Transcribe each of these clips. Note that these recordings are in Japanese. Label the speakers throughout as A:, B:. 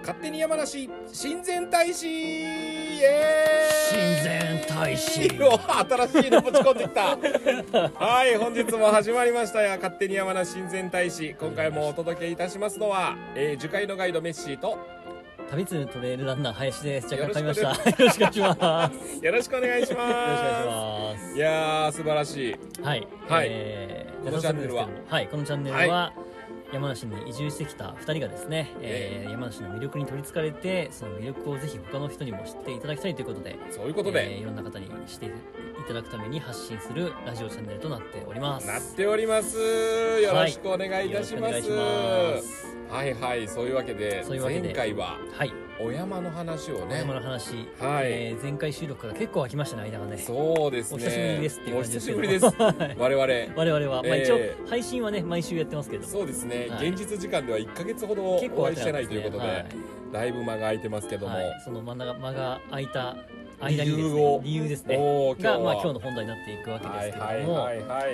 A: 勝手に山梨親善大使イ
B: 親
A: エ
B: 善大
A: ー
B: 使
A: イ新しいの持ち込んできたはい本日も始まりましたや勝手に山梨親善大使今回もお届けいたしますのは、えー、樹海のガイドメッシーと
B: 旅するトレイルランナー林です
A: よ
B: 若
A: ろ
B: 干
A: し
B: 噛
A: くね
B: みましたよろしくお願いします
A: よ
B: よろしく
A: ろしくお願いします
B: お願いします
A: いやー素晴らしい
B: はい、
A: はい
B: えー
A: このチャンネルは
B: 早速ですけどもはいこのチャンネルは、山梨に移住してきた2人がですね、えー山梨の魅力に取りつかれてその魅力をぜひ他の人にも知っていただきたいということで
A: そういうことで、
B: えーいろんな方にしていただくために発信するラジオチャンネルとなっております
A: なっておりますよろしくお願いいたしま
B: よろ
A: す,、
B: くお願いします
A: はい、はいそういうわけで
B: そういうわけで
A: 前回は
B: はい
A: お山の話をね
B: 山の話、
A: はい
B: えー前回収録から結構空きましたね間がね
A: そうですね
B: お久しぶりですっていう感じですけど
A: お久しぶりで
B: はい
A: す我々
B: 我々は、まあ、
A: え
B: 一応
A: ー
B: 配信はね毎週やってますけど
A: そうですね、
B: はい
A: 現実時間では1か月ほどお会いしてないということで
B: 空いてなかったですね
A: だいぶ間が空いてますけども、
B: はいはい、その間が間が空いた間にです、ね、
A: 理由を
B: 理由ですね
A: おー今日
B: が、
A: は
B: まあ、今日の本題になっていくわけですけれどもは
A: はいいはいはい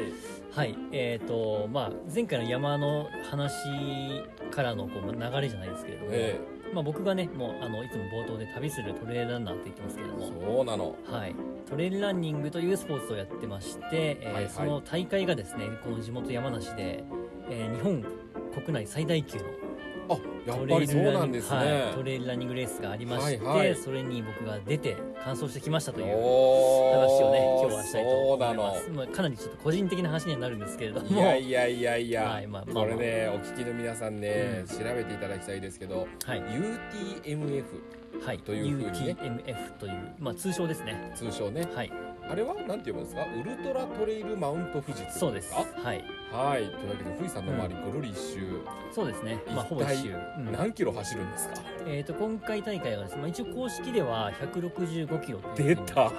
A: はい
B: えっ、とまあ前回の山の話からのこうまあ流れじゃないですけれども、
A: え
B: まあ、僕がねもうあのいつも冒頭で旅するトレイルランナーって言ってますけれど
A: え
B: も
A: そうなの
B: はい、トレイルランニングというスポーツをやってまして、えー
A: はいはい
B: その大会がですねこの地元山梨で、えー日本国内最大級の
A: あやっぱりそうなんですね、
B: はいトレイルランニングレースがありまして、
A: はいはい
B: それに僕が出て完走してきましたという話をね
A: おー
B: 今日はしたいと思いま
A: そ
B: す、
A: う
B: まあ、かなりちょっと個人的な話にはなるんですけれども
A: なのいやいやいやいや、
B: はいまあまあまあ
A: これねお聞きの皆さんね、
B: う
A: 調
B: ん
A: べていただきたいですけど
B: はい
A: UTMF
B: はい、
A: というふうにね
B: UTMF という、まあ、通称ですね
A: 通称ね
B: はい
A: あれはなんて呼ぶんですかウルトラトレイルマウント富士ってこ
B: そ
A: と
B: うです
A: か
B: はい
A: はいというわけで富士山の周りぐるり一周、
B: そうですねまあほぼ一
A: 一
B: 周、う
A: 体
B: ん
A: 何キロ走るんですか、
B: えー、と今回大会はですね、まあ、一応公式では165キロってい
A: 出
B: うふうに
A: たは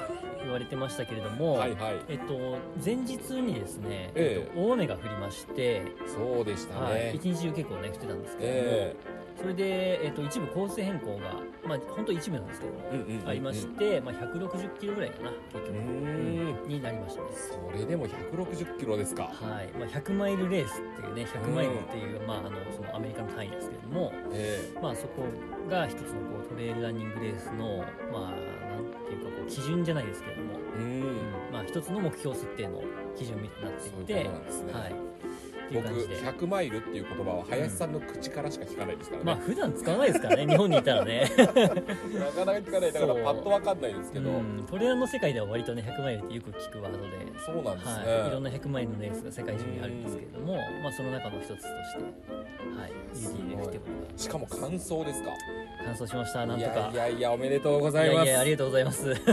B: 言われてましたけれども、
A: いはい
B: えっと、前日にですね、
A: ええ
B: えっと、大雨が降りまして、
A: そうでしたね、
B: はい、一日中結構ね降ってたんですけれども、
A: え
B: それで、えっと、一部コース変更がまあ本当一部なんですけど、
A: えうんうんうんうん
B: ありまして、まあ、160キロぐらいかな結
A: う
B: 局、
A: ーん
B: になりましたね。
A: それでも160キロですか
B: はいまあ、100マイルレースっていうね100マイルっていう、まあ、あのそのアメリカの単位ですけれども、
A: ええ
B: まあ、そこが一つのこうトレイルランニングレースの、まあ、なんていうかこう基準じゃないですけれども、
A: うーん
B: まあ、一つの目標設定の基準みたいになってい
A: そういう
B: て
A: ことなんですね、
B: はい、っていう
A: 僕
B: 感じで。
A: 100マイルっていう言葉は林さんの口からしか聞かないですからね、
B: まあ普段使わないですからね日本にいたらね、
A: なかなか聞かないだから
B: そう
A: パッとわかんないです
B: う
A: けど、
B: ん、トレーラーの世界では割とね100マイルってよく聞くワードで、
A: そうなんですね、
B: はい、いろんな100マイルのレースが世界中にあるんですけれども、まあ、その中の一つとして、はい、
A: すごい
B: UDF っていうもの
A: しかも感想ですか
B: が完走しましたなんとか
A: いやいやいやおめでとうございます
B: いやいやありがとうございます
A: こ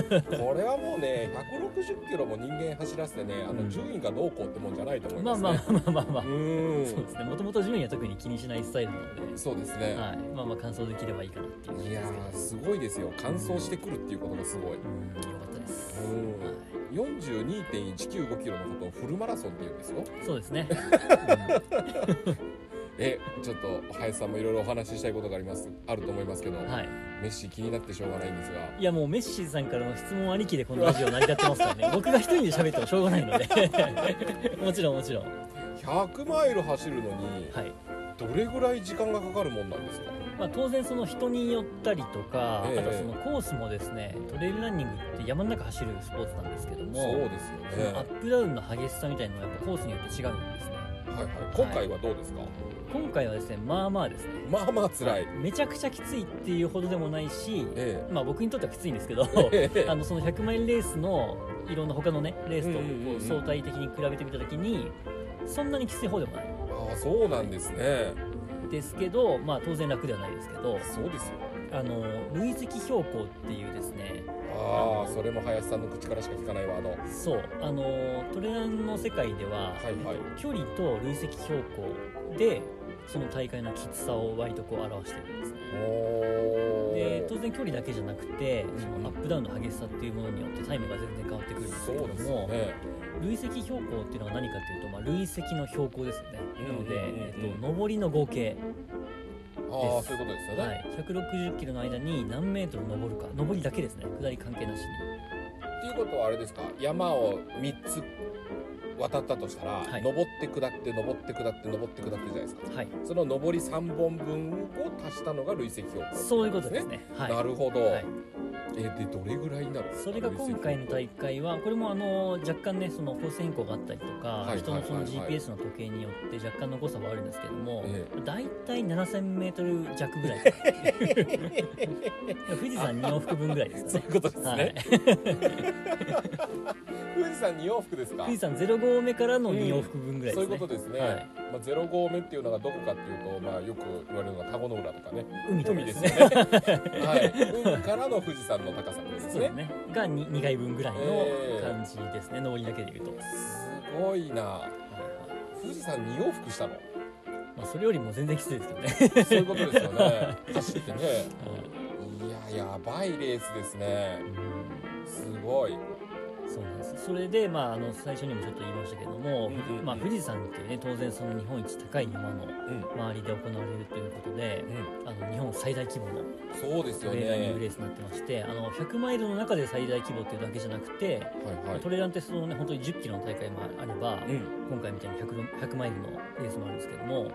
A: れはもうね160キロも人間走らせてねあ
B: う
A: の
B: ん
A: 順位がどうこうってもんじゃないと思い
B: ま
A: ま
B: あ
A: す、ね、
B: まあまあまあまあ、
A: うーん
B: そうですねもともと順位は特に気にしないスタイルなので、
A: そうですね、
B: はい、まあまあ完走できればいいかなっていう感じ
A: い、
B: で
A: や
B: すけど
A: ーすごいですよ完走してくるっていうことがすごい
B: うんよかったです、
A: うん
B: はい
A: 42.195キロのことをフルマラソンって言うんですよ
B: そうで すね。
A: えちょっと林さんもいろいろお話ししたいことがありますあると思いますけど、
B: うんはい。
A: メッシ気になってしょうがないんですが
B: いやもうメッシーさんからの質問ありきでこのラジオ成り立ってますから ね。僕が一人で喋ってもしょうがないので。もちろんもちろん。は
A: 100マイル走るのに
B: い。
A: どれぐらい時間がかかるもんなんですか
B: まあ当然その人によったりとか、
A: ええ
B: あとそのコースもですね、トレイルランニングって山の中走るスポーツなんですけども、
A: そうです
B: そ
A: よ
B: の
A: ね
B: アップダウンの激しさみたいなのはやっぱコースによって違うんですね。
A: はいはい、今回はどうですか、
B: 今回はですね、まあまあですね。
A: まあまあ辛い、
B: めちゃくちゃきついっていうほどでもないし、
A: え
B: まあ僕にとってはきついんですけど、
A: えええ
B: あのその100マイルレースのいろんな他のねレースと
A: うんうんうんう
B: こ
A: ん
B: う相対的に比べてみた時にそんなにきつい方でもない
A: ああそうなんですね
B: ですけどまあ当然楽ではないですけど
A: そうですよ
B: あの累積標高っていうですね
A: ああそれも林さんの口からしか聞かないワード
B: そうあのトレランの世界では、
A: はいはい
B: えっと距離と累積標高でその大会のきつさを割とこう表してるんですね
A: お
B: で
A: ー
B: 当然距離だけじゃなくてそ
A: うんうん
B: のアップダウンの激しさっていうものによってタイムが全然変わってくるんです
A: そ
B: けれ
A: う
B: ど
A: です
B: も、
A: よね
B: 累積標高っていうのは何かっていうと、まあ、累積の標高ですよね、
A: うん
B: なので、え
A: うんうん
B: っと、上りの合計、
A: ああそういうことですよね、
B: はい、160キロの間に何メートル上るか上りだけですね下り関係なしに
A: っていうことはあれですか山を3つ渡ったとしたら、
B: はい
A: 登って下って登って下って登って下ってじゃないですか
B: はい
A: その上り3本分を足したのが累積標高
B: そういうことですねはい
A: なるほど、
B: はい
A: えでどれぐらいになる
B: それが今回の大会はこれもあの若干ねそのコース変更があったりとか、
A: いはい
B: 人のその
A: はいはい
B: GPS の時計によって若干の誤差はあるんですけども、
A: え
B: 大体 7000m 弱ぐらいかなっていう 富士山2往復分ぐらいですか
A: そうい
B: ね
A: うことですね、
B: はい、
A: 富士山2往復ですか
B: 富士山0合目からの2往復分ぐらい
A: そ
B: で
A: うい
B: す
A: うこ
B: ね、
A: とですね、
B: はい
A: まあ、0合目っていうのがどこかっていうと、まあ、よく言われるのが田子の浦とかね
B: 海とか
A: 海で
B: で
A: すす
B: ね
A: よねはい海からの富士山の高さです
B: そうで
A: ね
B: すねが 2, 回分ぐらいの
A: ええ
B: 感じですね、上りだけでいうと、はい
A: すごいな富士山2往復 したの
B: まあ、それよりも全然きついですけどね、
A: そういうことですよね走ってねいややばいレースですねすごい
B: そうなんですそれで、まあ、あの最初にもちょっと言いましたけども、
A: うんうんうん
B: まあ、富士山っていうね当然その日本一高い山の
A: うん
B: 周りで行われるということで
A: うん
B: あの日本最大規模の
A: そうです
B: ト
A: よ
B: レ
A: ね
B: ーラーニングレースになってましてあの100マイルの中で最大規模っていうだけじゃなくて、
A: はいはい
B: トレーラーってその、ね、本当に1 0キロの大会もあれば、
A: うん
B: 今回みたいに 100, 100マイルのレースもあるんですけども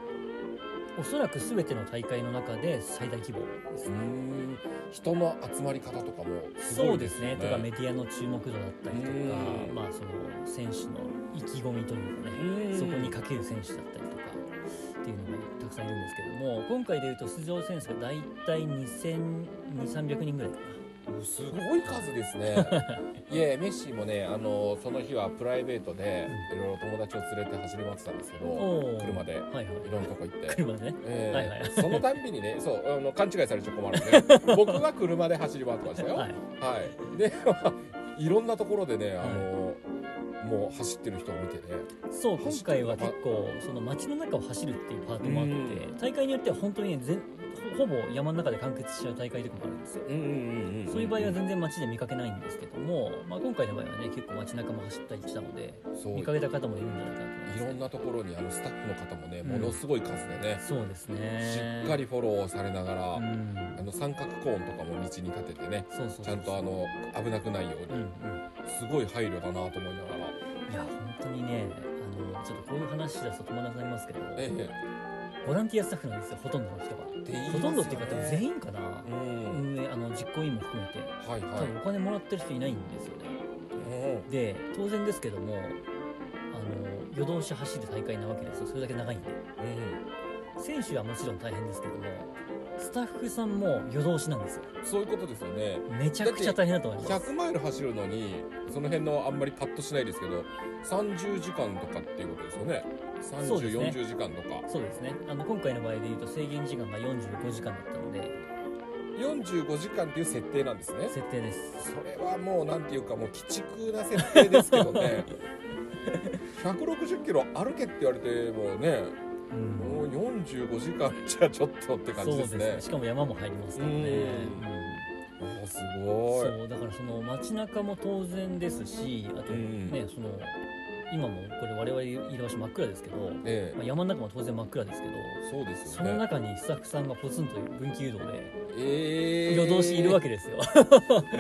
B: おそらく全ての大会の中で最大規模です
A: うー
B: ね。
A: ん人の集まり方とかもす
B: そ
A: ご
B: う
A: い
B: で
A: ですす
B: ね
A: よね
B: とかメディアの注目度だったりと
A: う
B: か、
A: ん
B: まあ、その選手の意気込みというかね、
A: うん
B: そこにかける選手だったりとかっていうのがたくさんいるんですけども今回でいうと出場選手が大体2200300人ぐらいか
A: すごい数です ねいえメッシもねあのその日はプライベートでいろいろ友達を連れて走り回ってたんですけ
B: な
A: ど
B: おー
A: 車でい
B: はいはい
A: ろんなとこ行って。
B: 車でね
A: えー
B: はいはい
A: そのたんびに ねそうあの勘違いされちゃ困るんで僕は車で走り回ってましたよ。
B: は
A: はい
B: い
A: で、 まあいろんなところでねあの、もう走ってる人を見てね
B: そう今
A: 走って
B: 回
A: る
B: は結構その街の中を走るっていうパートもあって大会によっては本当にね全ほほぼ山の中で完結しちゃう大会とかもあるんですよ
A: うんうん
B: そういう場合は
A: 全
B: 全然街で見かけないんですけども、まあ、今回の場合はね結構街中も走ったりしたので見かけた方もいるんじゃないかなと思います
A: い
B: ね
A: ろんなところにあのスタッフの方もね
B: うん
A: ものすごい数でね、
B: そうです
A: し
B: ね
A: っかりフォローされながら、
B: うん
A: あの三角コーンとかも道に立ててね
B: そうそうそう
A: ちゃんとあの危なくないよう
B: うんう
A: に
B: ん
A: すごい配慮だなと思いながら、
B: いや本当にねあのちょっとこういう話し出すと止まらなくなりますけど
A: ええ
B: ボランティアスタッフなんですよほとんどの人が
A: って言いますよね
B: ほとんどっていうかでも全員かな
A: う、ん、
B: 運営あの実行委員も含めて
A: はい
B: 多
A: はい
B: 分お金もらってる人いないんですよね、
A: うん
B: で当然ですけどもあの夜通し走る大会なわけですよそれだけ長いんで選手はもちろん大変ですけどもスタッフさんも夜通しなんですよ
A: うん、そういうことですよね
B: めちゃくちゃ大変だと思います
A: 100マイル走るのにその辺のあんまりパッとしないですけど30時間とかっていうことですよね
B: そうですね
A: 3040時間とか、
B: そうですねあの今回の場合で言うと制限時間が45時間だったので
A: 45時間っていう設定なんですね
B: 設定です
A: それはもうなんていうかもう鬼畜な設定ですけど ね160キロ歩けって言われてもね
B: うん
A: もう45時間じゃちょっとって感じです
B: そう
A: ね
B: ですねしかも山も入りますからね
A: うんおーすごい
B: そうだからその街中も当然ですしあと
A: うん
B: ね、その今もこれ我々いる場所真っ暗ですけど、ま
A: え
B: あ、山の中も当然真っ暗ですけど
A: えそうです
B: そ
A: よ
B: の
A: ね
B: 中にスタッフさんがポツンと分岐誘導で
A: ええ
B: 夜通しいるわ
A: け
B: けですよ、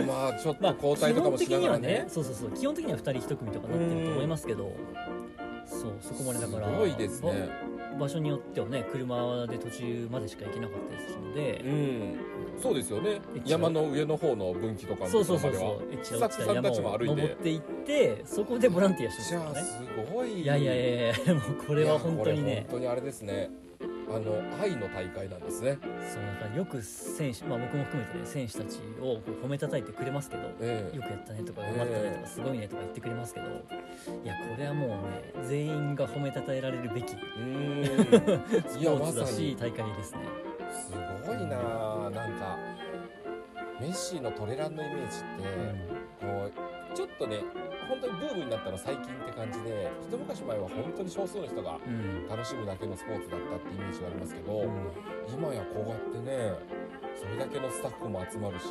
A: まあちょっと
B: まあ
A: 交代とかもしながらね,、
B: 基本的にはねそうそうそう基本的には2人1組とかなってると思いますけどそうそこまでだから
A: すごいですね
B: ば場所によってはね車で途中までしか行けなかったりするので
A: うんそうですよね
B: 一応
A: 山の上の方の分岐とかの
B: そう
A: とこ
B: そう
A: ろ
B: そ
A: ま
B: う
A: では
B: そう。
A: スタッフさんたちも歩い
B: 登ってて行って、そこでボランティアし
A: じ
B: てます
A: ゃ
B: か
A: あ
B: らね。
A: すごい
B: いやいやいやいや、もうこ
A: こ
B: れは本当にね、
A: 本当にあれですねあの愛の大会なんですね
B: そうだからよく選手、まあ僕も含めてね、選手たちをこう褒めたたいてくれますけど、よ
A: ええ
B: くやったねとか、頑張ったねとか、すごいねとか言ってくれますけど、いや、これはもうね、全員が褒めたたえられるべきス
A: うーんいや
B: ポー
A: ま
B: ツ
A: さ
B: だ
A: に
B: し、大会ですね。
A: すごいなあなんかメッシのトレランのイメージってこうちょっとね本当にブームになったの最近って感じで一昔前は本当に少数の人が
B: うん。うん
A: 楽しむだけのスポーツだったってイメージがありますけど、
B: うん
A: 今やこうやってねそれだけのスタッフも集まるし、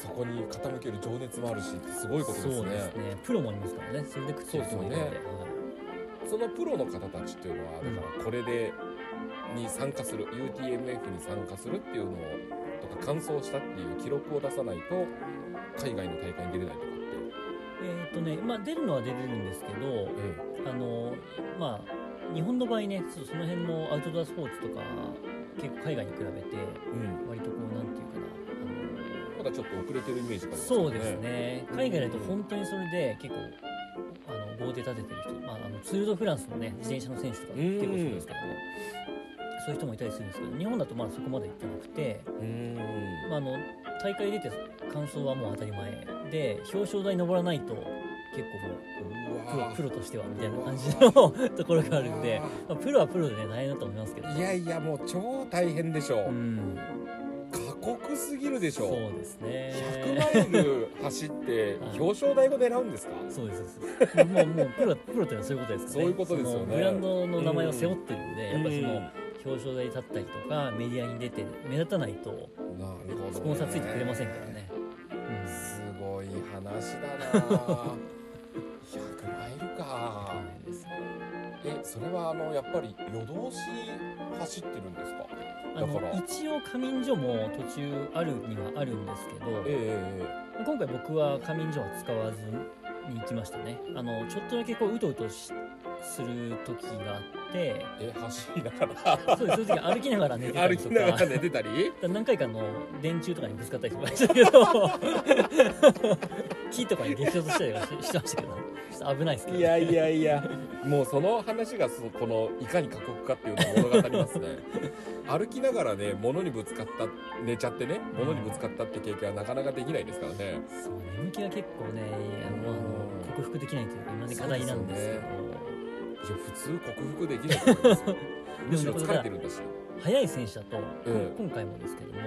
A: そこに傾ける情熱もあるしってすごいことですね
B: そうですねプロもいますからねそれで口をもいるので
A: そうですそのプロの方たちっていうのはだからこれでに参加する UTMF に参加するっていうのをとか完走したっていう記録を出さないと海外の大会に出れないとかって
B: えっ、とね、まあ、出るのは出れるんですけど、
A: うん
B: あのまあ日本の場合ねちょっとその辺のアウトドアスポーツとか結構海外に比べて
A: うん
B: 割とこうなんていうかな
A: まだちょっと遅れてるイメージがあり
B: あの
A: ますね
B: そうですね
A: うん
B: 海外だと本当にそれで結構あの豪邸立ててる人、まあ、あのツール・ド・フランスのね自転車の選手とか
A: うん
B: 結構そうですけども、そういう人もいたりするんですけど日本だとまだそこまで行ってなくて、
A: うーん
B: まあ、あの大会出て完走はもう当たり前で表彰台登らないと結構もう
A: う
B: プロ
A: わ
B: プ
A: ー
B: ロとしてはみたいな感じの ところがあるんで
A: うわ、
B: まあ、プロはプロでね大変だと思いますけど
A: いやいやもう超大変でしょう、
B: うん
A: 過酷すぎるでし
B: そ
A: ょ
B: うですね
A: 100マイル走って
B: はい
A: 表彰台を狙うんですか
B: そうですそうですもうもうプロプロってのはそういうことですからね
A: そういうことですよね
B: そのブランドの名前を背負ってるんで、やっぱりその
A: うん
B: 表彰台に立ったりとかメディアに出て目立たないと
A: なるほど、ね、
B: スポンサーついてくれませんからね、うん
A: すごい話だな100マイルか
B: わかんないです
A: えそれはあのやっぱり夜通し走ってるんですか
B: あ
A: だから
B: の一応仮眠所も途中あるにはあるんですけど、
A: え
B: 今回僕は仮眠所は使わずに行きましたねあのちょっとだけこううとうとしする時があって
A: ええええ走りなが ら
B: そうですそういう時歩きながら寝てた
A: 歩
B: り
A: き
B: と
A: なが
B: から
A: 寝てたり
B: 何回かあの電柱とかにぶつかったりとかしたけど 木とかに激突したりとかししてましたけどちょっと危ないですけど
A: いやいやいやもうその話がそこのいかに過酷かっていうのを物語りますね 歩きながらね物にぶつかった寝ちゃってね物にぶつかったって経験はなかなかできないですからね
B: そう眠気は結構ねあのあの克服できないというか今ね課題なんですけど
A: いや普通克服できないと思いますよ むしろ疲れてるんだし
B: 速い選手だと、
A: ええ
B: 今回もですけども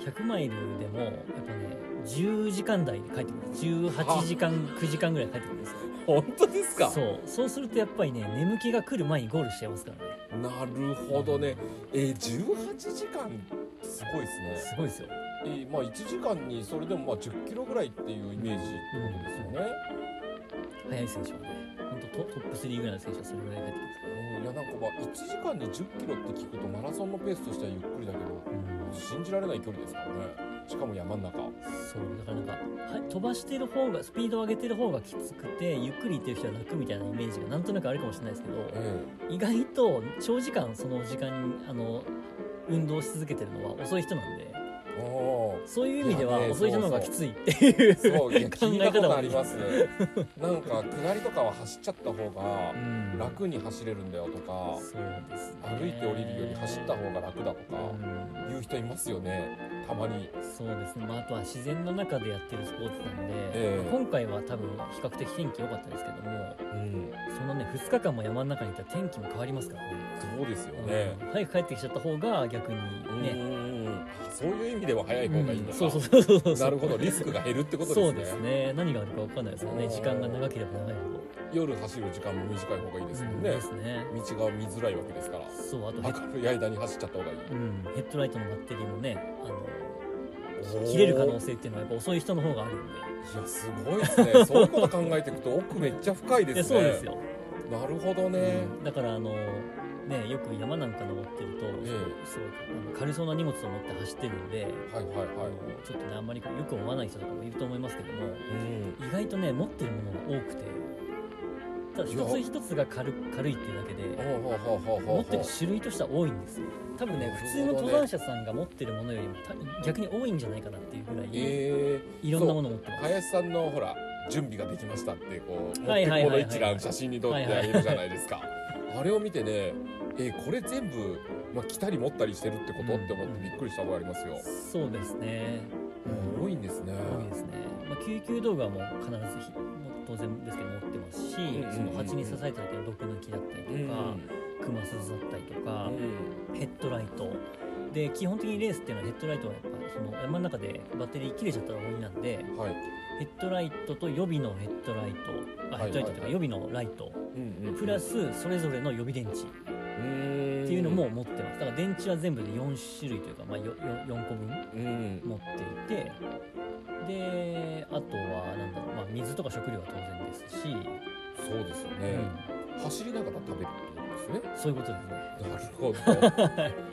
B: 100マイルでもやっぱね10時間台で帰ってくるんです18時間9時間ぐらい帰ってくるんですよ
A: 本当ですか
B: そうそうするとやっぱりね眠気が来る前にゴールしちゃいますからね
A: なるほどねえー、18時間すごいですね、
B: すごいですよ
A: えーまあ1時間にそれでもまあ10キロぐらいっていうイメージってことですよね、
B: 速い選手はね本当トトップ3ぐらいの選手はそれぐらい帰ってくるんですか
A: うんいやなんかまあ1時間に10キロって聞くとマラソンのペースとしてはゆっくりだけど
B: らうん
A: 信じられない距離ですからねしかも山の中
B: そうだからなんかは飛ばしてる方がスピードを上げてる方がきつくてゆっくり行ってる人は楽みたいなイメージがなんとなくあるかもしれないですけど、
A: え
B: 意外と長時間その時間にあの運動し続けてるのは遅い人なんで
A: えおー
B: そういう意味ではい
A: やね
B: 遅い人の方がきついっていう
A: そういや
B: 考
A: 聞い
B: え
A: たこ
B: 方
A: と
B: も
A: あ
B: あ
A: り
B: り
A: ま
B: ますす
A: ね なんか下りとかは走っちゃった方が
B: うん
A: 楽に走れるんだよとか
B: そうですね
A: 歩いて降りるより走った方が楽だとか
B: うん
A: いう人いますよねたまに
B: そうですね、まあ、あとは自然の中でやってるスポーツなんで、
A: ええ
B: 今回は多分比較的天気良かったですけども
A: うん
B: そのね2日間も山の中にいたら天気も変わりますからね
A: そうですよね
B: うん早く帰ってきちゃった方が逆に
A: う
B: ね、
A: んあそういう意味では早い方がいいんだ
B: うんそうそうそうそうそう
A: なるほどリスクが減るってことですね
B: そうですね何があるか分かんないですよね時間が長ければ長いほど
A: 夜走る時間も短い方がいいですもんね、
B: うんですね
A: 道が見づらいわけですから
B: そうあとヘッ,、
A: 明るい間に走っちゃった方がいい
B: うん、ヘッドライトのバッテリーもねあの切れる可能
A: 性
B: 性っていうのはやっぱ遅い人の方があるんで
A: いやすごいです ねそういうこと考えていくと奥めっちゃ深いです
B: いや
A: ね
B: そうですよ、
A: なるほどね、
B: うんだからあのねよく山なんか登ってると、
A: え
B: すごいあの軽そうな荷物を持って走ってるんで、
A: えはいはいはい、
B: あのちょっとねあんまりこうよく思わない人とかもいると思いますけども
A: うん、
B: 意外とね持ってるものが多くてただ一
A: い
B: つ
A: や
B: 一つが軽軽いっていうだけで
A: ほうほうほうほうほう
B: 持ってる種類としては多いんですよ多分ね
A: なるほどね
B: 普通の登山者さんが持ってるものよりも多分逆に多いんじゃないかなっていうぐらい、
A: え
B: いろんなもの持って
A: え
B: ます
A: 林さんのほら準備ができましたってこう持っ
B: はい
A: て
B: は
A: く
B: い
A: も
B: は
A: の
B: いはい
A: 一覧写真に撮ってあげるじゃないですか、あれを見てねえこれ全部、まあ、着たり持ったりしてるってこと、って思ってびっくりした方がありますよ、
B: そうですね、
A: 多いんですね
B: 多いですね、まあ、救急道具はもう必ずひ当然ですけど持ってますし、
A: んうんうん
B: その蜂に刺された時の毒抜きだったりとか、クマ鈴だったりとか、ヘッドライトで基本的にレースっていうのはヘッドライトはやっぱその山の中でバッテリー切れちゃったら終わりなんで
A: うん、はい、
B: ヘッドライトと予備のヘッドライトあヘッドライトというか
A: はいはいはい
B: 予備のライト
A: うんうん
B: プラスそれぞれの予備電池っていうのも持ってますだから電池は全部で4種類というか、まあ、よよ4個分
A: うん
B: 持っていてであとはなんだろう、まあ、水とか食料は当然ですし、
A: そうですよ
B: う
A: ね、
B: ん
A: 走りながら食べるってことですね
B: そういうことです
A: な
B: ね
A: るほど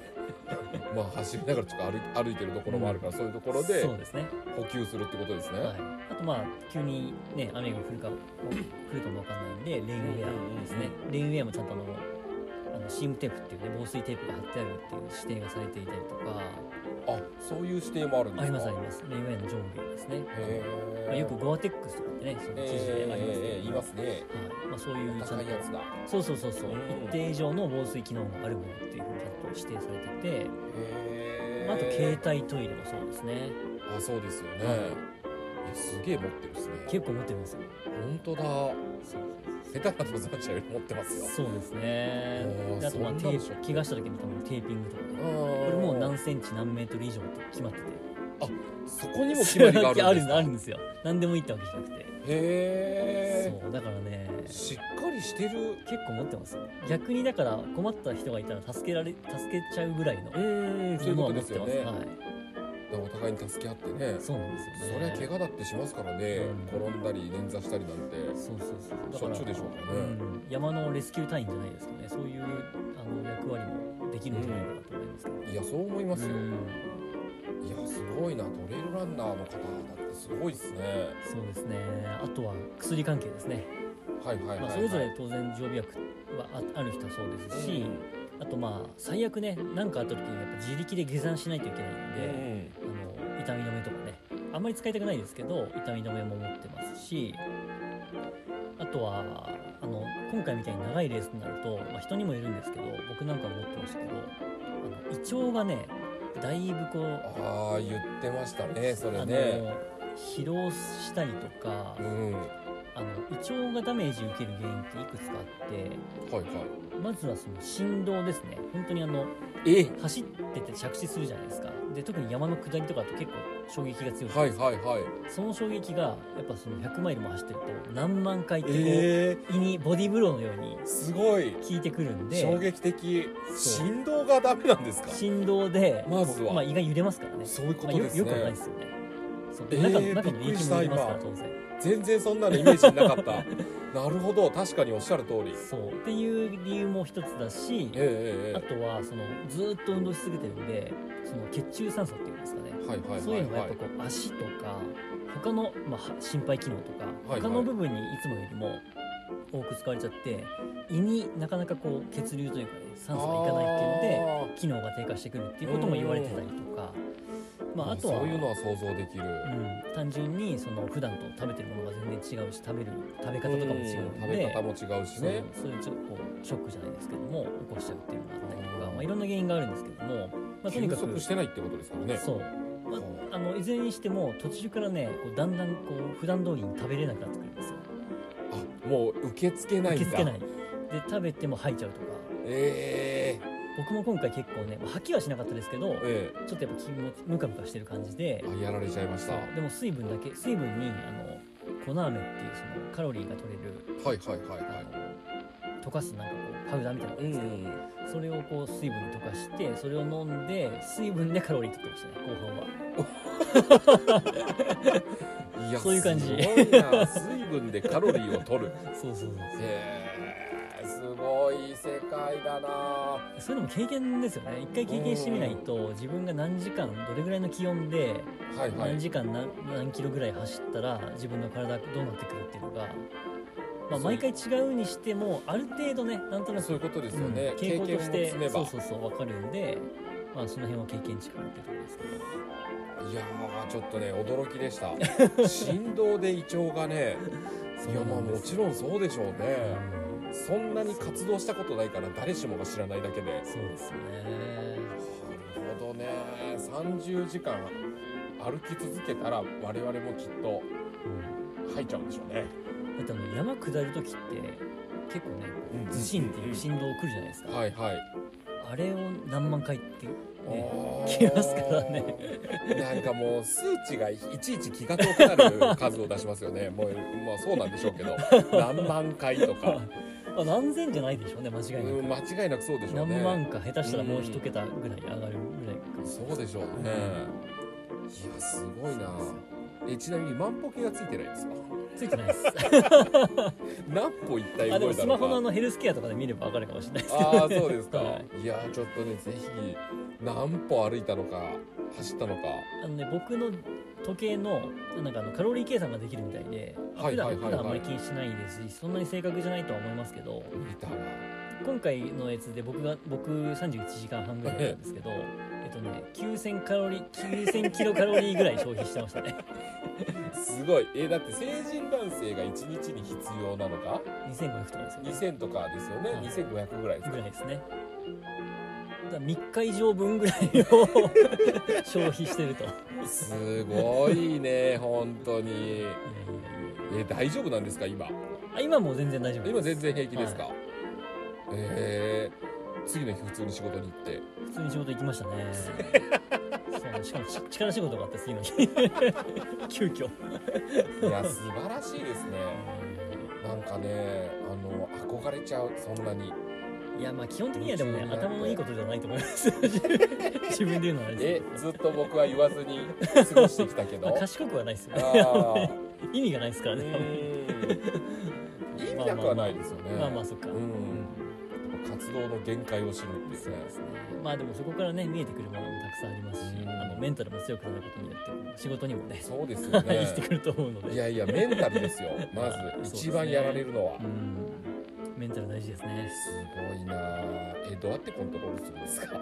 A: まあ、走りながらちょっと歩い歩いてるところもあるから、そういうところで
B: そうですね、
A: 補給するってことですね。
B: はい、あとまあ急にね雨が降るかも降るかもわかんないんでレインウェアですね、レインウェアもちゃんとあのあのシームテープっていうね防水テープが貼ってあるっていう指定がされていたりとか
A: あそういう指定もあるんで
B: あ
A: すか
B: りますありますレインウェアの上下ですね、
A: へー
B: まあ、よくゴアテックスとかってねその
A: えー
B: 記事でありますけど
A: えーえー言いますね。
B: はいまあ、そういうちゃ
A: 高
B: ん
A: いやつ
B: と
A: だ。
B: そうそうそうそう、
A: うん
B: 一定以上の防水機能があるものっていうふうにちゃんと指定されてて、
A: へー
B: まあ、あと携帯トイレもそうですね
A: あそうですよね。いやすげえ持ってるですね。
B: 結構持ってるんですよ
A: 本当だ。
B: そう
A: 下手な登山者より持ってますよ。
B: そうですね
A: おー
B: であとまあ
A: そんな
B: テ
A: の
B: ープ怪我した時に多分テーピングとかねこれ
A: れ
B: もう何センチ何メートル以上って決ま ってて
A: そこにも決まりがあるんですか。
B: あるんですよ何でもいいってわけじゃなくて、
A: へ
B: そうだからね
A: え。しっかりしてる。
B: 結構持ってますよ逆にだから困った人がいたら助けられ助けちゃうぐらいの
A: うんそういう
B: も
A: こと
B: のは持
A: で
B: っ
A: す
B: て
A: よ
B: ま
A: ね
B: す。はい
A: お互いに助け合ってね。
B: そうなんですよ
A: そりゃ
B: ね
A: 怪我だってしますからね
B: うん。
A: 転んだり捻挫したりなんて。
B: そうそうそうだ
A: し
B: か
A: ょっ
B: ら
A: ちゅうでしょうから
B: う
A: ね。
B: ん、山のレスキュー隊員じゃないですけどねそういうあの役割もできるんじゃないかなと思いますけど、
A: いやそう思いますよ。
B: うん
A: いやすごいなトレイルランナーの方だってすごいですね。
B: そうですねあとは薬関係ですね、
A: はいはいはい、はい。
B: まあ、それぞれ当然常備薬はあある人はそうですし、あとまあ最悪ね何かあった時にやっぱ自力で下山しないといけないん
A: うん、
B: で、あの痛み止めとかねあんまり使いたくないですけど痛み止めも持ってますしあとはあの今回みたいに長いレースになると、まあ、人にもよるんですけど僕なんかも持ってましたけどあの胃腸がねだいぶこう
A: ああ言ってましたねそれ
B: あの
A: ね。
B: 疲労したりとか、
A: うん。は
B: あの胃腸がダメージ受ける原因っていくつかあっ
A: いは
B: てまずはその振動ですね本当にあの
A: い。え
B: 走ってて着地するじゃないですかで特に山の下りとかって結構衝撃が強いじゃな
A: はいい
B: ですか
A: はいはい。
B: その衝撃がやっぱその100マイルも走ってると何万回ってこう、
A: え
B: 胃にボディーブローのように
A: ー、すごい。
B: 効いてくるん
A: 衝
B: で
A: 撃的。
B: そう
A: 振動がダメなんですか。
B: 振動で
A: まずは
B: こうまあ、胃が揺れますからね
A: そういうこ
B: まあ、
A: と
B: よ
A: です
B: よくはない
A: ね
B: で。すよねそう
A: えー
B: 中の中の
A: びっくり
B: 液
A: した
B: も揺れますから
A: 今
B: 当然
A: 全然そんなのイメージなか った。なるほど確かにおっしゃる通り。
B: そうっていう理由も一つだし、
A: え
B: あ
A: ー、え
B: とはそのずーっと運動し続けてるんでその血中酸素っていうんですかね、
A: えー。はいはい
B: そう
A: はいいう
B: のがやっ
A: は
B: ぱ
A: い。
B: こう足とか他の、まあ、は心肺機能とか
A: はい
B: 他の部分にいつもよりも多く使われちゃって胃になかなかこう血流というかね酸素がいかないっていうの
A: あ
B: で
A: ー
B: 機能が低下してくるっていうことも言われてたりとか、まあ、あとは
A: そういうのは想像できる。
B: うん、単純にその普段と食べてるものが全然違うし食べる食べ方とかも違う
A: うん
B: の
A: 食べ
B: で
A: 方。も違うし
B: そう
A: ね。
B: そういうちょっとこうショックじゃないですけども起こしちゃうっていうのがあったりと
A: あ
B: か、
A: ー
B: まあ、いろんな原因があるんですけども、まあ、とに
A: 休
B: かく
A: 息してないってことですからね。
B: そう、ま
A: は
B: あ、あのいずれにしても途中からねこうだんだんこう普段通りに食べれなくなってくるんですよ
A: あもう受け付けないん
B: 受
A: だ
B: け付けないで食べても吐いちゃうとか
A: えー、
B: 僕も今回結構ねまあ吐きはしなかったですけど
A: え
B: ちょっとやっぱ気持ちムカムカしてる感じで
A: えあやられちゃいました
B: そ
A: は
B: うでも水分だけ水分にあの粉飴っていうそのカロリーが取れる
A: いはいはいは
B: あ
A: い
B: の溶かすなんかこうパウダーみたいなのがあるんですけど、それをこう水分に溶かしてそれを飲んで水分でカロリー取ってましたね後半は
A: いや
B: そういう感じ
A: すごいな水分でカロリーを 取る
B: そうそうそう
A: へえすごい世界だな
B: そういうのも経験ですよね一回経験してみないと自分が何時間どれぐらいの気温で
A: はいは
B: 何
A: い
B: 時間何何キロぐらい走ったら自分の体どうなってくるっていうのが、ま
A: そ
B: あ、
A: う
B: 毎回違うにしてもある程度ねなんとなく
A: そういうことですよね、
B: うん
A: 経
B: 傾向
A: 験
B: と
A: を
B: して
A: 積めば
B: そうそうそう分かるんで、まあ、その辺は経験値かなっていうところですけど
A: いやーちょっとね驚きでした 振動で胃腸がねいやまあもちろんそうでしょうね
B: うん
A: そんなに活動したことないから誰しもが知らないだけでなる
B: そうですよね
A: ほどね30時間歩き続けたら我々もきっと入っちゃうんでしょうね。
B: だってあの山下る時って結構ねズシンっていう振動来るじゃないですか、
A: はいはい。
B: あれを何万回ってね
A: あー
B: 来ますからね。
A: なんかもう数値がいちいち気が遠くなる数を出しますよね。もうまあそうなんでしょうけど、何万回とか、
B: あ何千じゃないでしょうね間
A: う
B: 違いなく、
A: ん間違いなくそうでしょうね。
B: 何万か下手したらもう一桁ぐらい上がるぐらいかもし
A: そうでしょうね。いやすごいな
B: そうですよ。
A: えちなみに万歩計がついてないんですか。
B: ついてな いです
A: 何歩一体
B: あ
A: 動
B: でも
A: いた
B: ス
A: の
B: マ
A: か
B: ホのあのヘルスケアとかで見ればわかるかもしれないですけど、ね、
A: ああそうですか、、
B: はい
A: やーちょっとねぜひ何歩歩いたのか走ったのか
B: あのね僕の時計のなんかあのカロリー計算ができるみたいで、
A: はいはいはいはい
B: 普段普段あんまり気にしないですしそんなに正確じゃないとは思いますけど
A: 見たら
B: 今回のやつで僕が僕31時間半ぐらいなんですけどえっとね9000カロリー9000キロカロリーぐらい消費してましたね
A: すごいえだって成人男性が1日に必要なのか
B: 2500とかですよね
A: 2000とかですよね、
B: はい
A: 2500ぐらいです
B: ぐ
A: から
B: いですねだ3日以上分ぐらいを消費してるといや
A: すごいね本当に
B: いやいや
A: え大丈夫なんですか今
B: あ今もう全然大丈夫です
A: 今全然平気ですか、えー、次の日普通に仕事に行って
B: 普通に仕事行きました ねそうしかもち力仕事があって次の日急遽
A: いや素晴らしいですねなんかねあの憧れちゃうそんなに
B: いやまあ基本的にはでもね
A: 夢中になって
B: 頭のいいことじゃないと思います 自分で言うのはあれ
A: え
B: です
A: ずっと僕は言わずに過ごしてきたけ
B: けど、 ま
A: ど
B: あ、賢くはないですよ
A: あ
B: ね
A: ー
B: 意味がないですから
A: う
B: ね、
A: ーん意味なくはないですよね
B: まあまあそっか、
A: うん活動の限界を知るっていう
B: そう
A: ね
B: ですねまあでもそこからね見えてくるものもたくさんありますし、
A: うん
B: あのメンタルも強くなることによって仕事にもね
A: そうですよ
B: 生きて
A: ね
B: くると思うの
A: い
B: で
A: やいやメンタルですよま
B: あそうで
A: ず
B: すね
A: 一番やられるのは
B: うんメンタル大事ですね
A: すごいなあえどうやってコントロールするんですか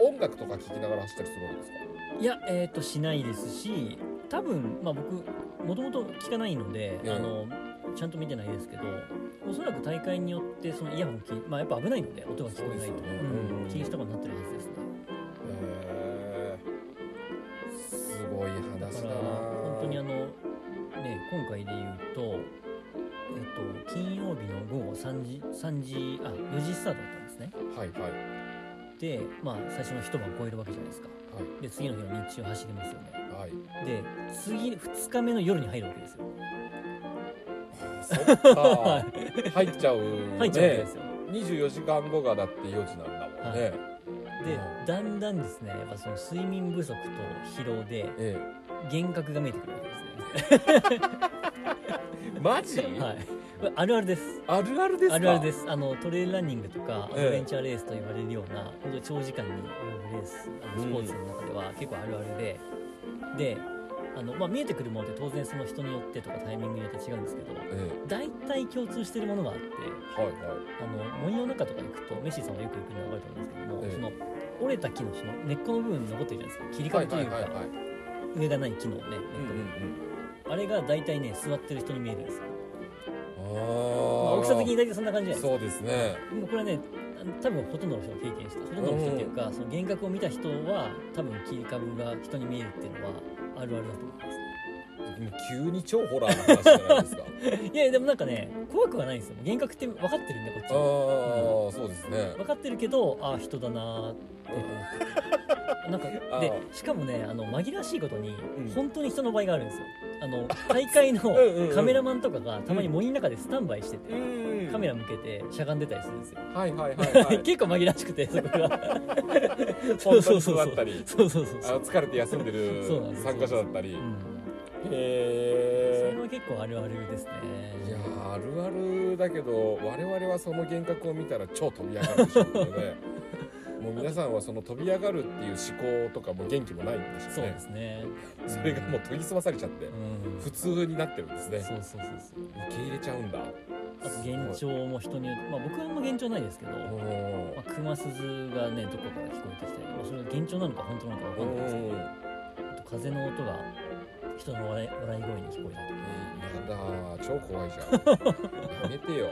A: 音楽とか聴きながら走ったりするんですか
B: いや、えっとしないですし多分、まあ、僕もともと聞かないので、
A: ええ
B: あのちゃんと見てないですけどおそらく大会によってそのイヤホンき、まあ、やっぱ危ないので音が聞こえない
A: そう
B: と、
A: ですよね
B: うん
A: うん
B: 禁止とかになってるはずですね
A: へーすごい
B: だ
A: 話
B: か
A: だ
B: ら
A: な
B: 本当にあのね今回で言うと、えっと金曜日の午後3時3時あ4時スタートだったんですね
A: はいはいはい
B: で、まあ、最初の一晩超えるわけじゃないですかで次の日の日中走りますよね
A: はい
B: で次2日目の夜に入るわけですよ
A: そっか入っちゃうね
B: 入っちゃうわけですよ、
A: 24時間後がだって4時なんだもんね、
B: はいで
A: う
B: だんだんですねやっぱその睡眠不足と疲労で
A: え
B: 幻覚が見えてくるわけ
A: えマジ、
B: ですね はいこれあるあるです
A: あるあるですか
B: あるあるですすあのトレイルランニングとかア
A: ええ
B: ドベンチャーレースと言われるような、本当に長時間に及ぶレースあのスポーツの中では結構あるあるで、であの、まあ、見えてくるものって当然その人によってとかタイミングによって違うんですけど
A: え
B: 大体共通してるものがあって
A: えはいは
B: あの森の中とか行くとメッシーさんもよく行くの分かると思うんですけども、
A: ええ
B: その折れた木のその根っこの部分に残ってるじゃないですか切り株とい
A: いう
B: か、
A: はいはいはい
B: 上がない機能ね、
A: うんうん
B: あれが大体ね座ってる人に見えるんですよ、ま
A: うん
B: あ、
A: あー
B: 大きさ的に大体そんな感じじゃないです
A: そうですね
B: かでもこれはねあの多分ほとんどの人が経験したほとんどの人っていうか、その幻覚を見た人は多分切り株が人に見えるっていうのはあるあるだと思いま
A: もう急に超ホラーな話じゃない ですか
B: すいやでもなんかね怖くはないんですよ幻覚って分かってるんでこっ
A: ああ
B: ちは
A: そうですね
B: 分かってるけどああ人だなーってこうなんか
A: あ
B: で
A: ー
B: しかもねあの紛らわしいことに、
A: うん
B: 本当に人の場合があるんですよあの大会の
A: うんうんうん
B: カメラマンとかがたまに森の中でスタンバイしてて、
A: うん
B: カメラ向けてしゃがんでたりするんですよ、
A: はいはいはい はい
B: 結構紛らわしくてそこが
A: 本当に座ったり
B: そうそうそう
A: あ
B: そう
A: の疲れて休んでる
B: そうなんですよ
A: 参加者だったり
B: うんそ
A: へ
B: れは結構あるあるですね
A: えいやーあるあるだけど我々はその幻覚を見たら超飛び上がるでしょうけど ねもう皆さんはその飛び上がるっていう思考とかも元気もないんでしょ
B: そうう
A: ね
B: ですね
A: それがもう研ぎ澄まされちゃって
B: うん
A: 普通になってるんですね
B: そうそうそうそう
A: 受け入れちゃうんだ
B: あと幻
A: す
B: 聴も人によってまあ僕はあんま幻聴ないですけど、
A: ごいう
B: ま
A: ん
B: あ、熊鈴がねどこから聞こえてきたり、まあ、それが幻聴なのか本当なのかわかんないですけ
A: うん
B: どあと風の音が人の笑い笑い声に聞こえ
A: や
B: たり
A: だー超怖いじゃ んやめてよ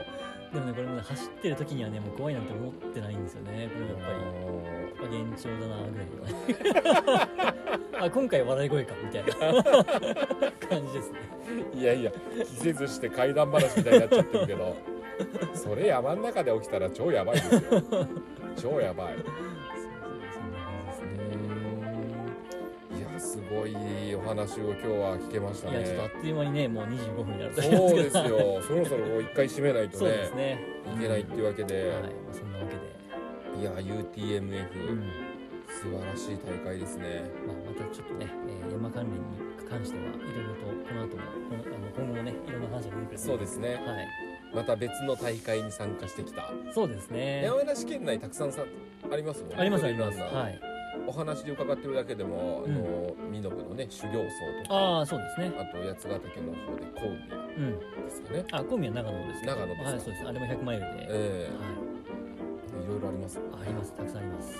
B: でもねこれもね走ってる時にはねもう怖いなんて思ってないんですよねこれやっぱり
A: う
B: まあ幻聴だなぐらいの あ今回笑い声かみたいな感じですね
A: んいやいや気せずして怪談話みたいになっちゃってるけどそれ山の中で起きたら超やばいですよ超やばい
B: そんな感じですね
A: いやすごいお話を今日は聞けました
B: いやちょっとあ
A: ね
B: っという間にねもう25分になると
A: そうです
B: けど
A: よそろそろもう一回締めないと
B: そうで
A: ね
B: すね
A: いけないっていうわけで、
B: はいまあそんなわけで、
A: いや UTMF、
B: うん、
A: 素晴らしい大会ですね。
B: まあ、またちょっとね、えー山関連に関してはいろいろとこの後もこのあの今後もねいろんな話が出てくると
A: そ
B: 思
A: うですね
B: はい
A: また別の大会に参加してきた。
B: そうですね
A: 山梨県内たくさんさありますよね。
B: ありますあ
A: トレ
B: り
A: イルラ
B: ま
A: ン
B: す
A: ナー
B: はい
A: お話で伺ってるだけでも、あの美濃部のね修行僧とか、
B: ああそうですね
A: あと八ヶ岳の方でコウミ
B: うん
A: ですかね。
B: あコンビは長野ですけど
A: 長野ですか
B: はいそうですあれも100マイルで、
A: ええ
B: はい
A: ろいろあります。
B: いありますたくさんあります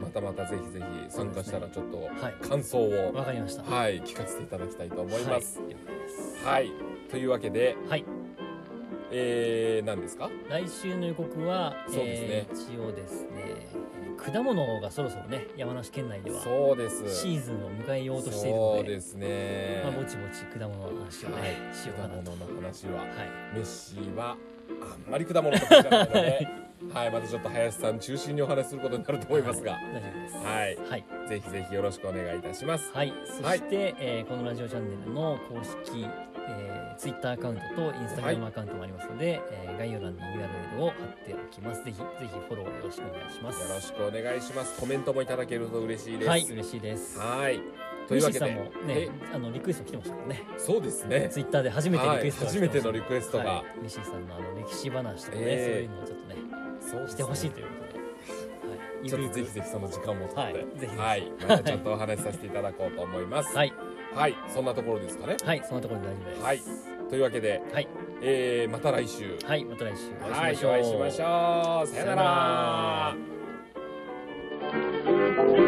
A: またまたぜひぜひ参加したらちょっと
B: はい
A: 感想を
B: わかりました
A: はい聞かせていただきたいと思います。
B: はい了解です
A: はい、というわけで、
B: はい
A: えー、何ですか？
B: 来週の予告は
A: そうですね
B: えー一応ですねえー果物がそろそろね山梨県内では
A: そうです。
B: シーズンを迎えようとしているの
A: そう
B: で
A: ですね
B: まあ、。ぼちぼち果物の話をね、
A: はい
B: しよ
A: 果
B: うかなと
A: 物の話は
B: はい
A: メッシはあんまり果物とかじゃないので、はい、またちょっと林さん中心にお話しすることになると思いますが、
B: 大丈夫です
A: はい
B: はい、
A: ぜひぜひよろしくお願いいたします。
B: はいそして、えーこのラジオチャンネルの公式、えー、Twitter アカウントと Instagram アカウントもありますので、えー概要欄に URL を貼っておきますぜひぜひフォローよろしくお願いします
A: よろしくお願いします。コメントもいただけると嬉しいです。
B: はい嬉しいです
A: はいという
B: 西
A: わけで、
B: 井さんもね
A: え
B: あのリクエスト来てましたもんね
A: そうですね。
B: ツイッターで初めてリクエストが来まし
A: はい初め
B: た
A: てのリクエストが
B: はい西井さんのあの歴史話とかね、
A: ええ
B: そういうのをちょっとね
A: そうですね
B: してほしいということで、はい、
A: ちょっと
B: ゆる
A: ぜ
B: ゆ
A: ひ
B: く
A: ぜひその時間も取って、
B: はいぜひぜひ
A: はいまたちょっとお話しさせていただこうと思います。
B: はい
A: はい、そんなところですかね。
B: はい、そんなところで大丈夫です。
A: はい、というわけで、
B: はい、
A: えー、また来週。
B: はい、また来週お
A: は
B: 会い
A: い、
B: しましょ
A: お
B: う。
A: 会いしましょう。さよな
B: さよなら
A: ら。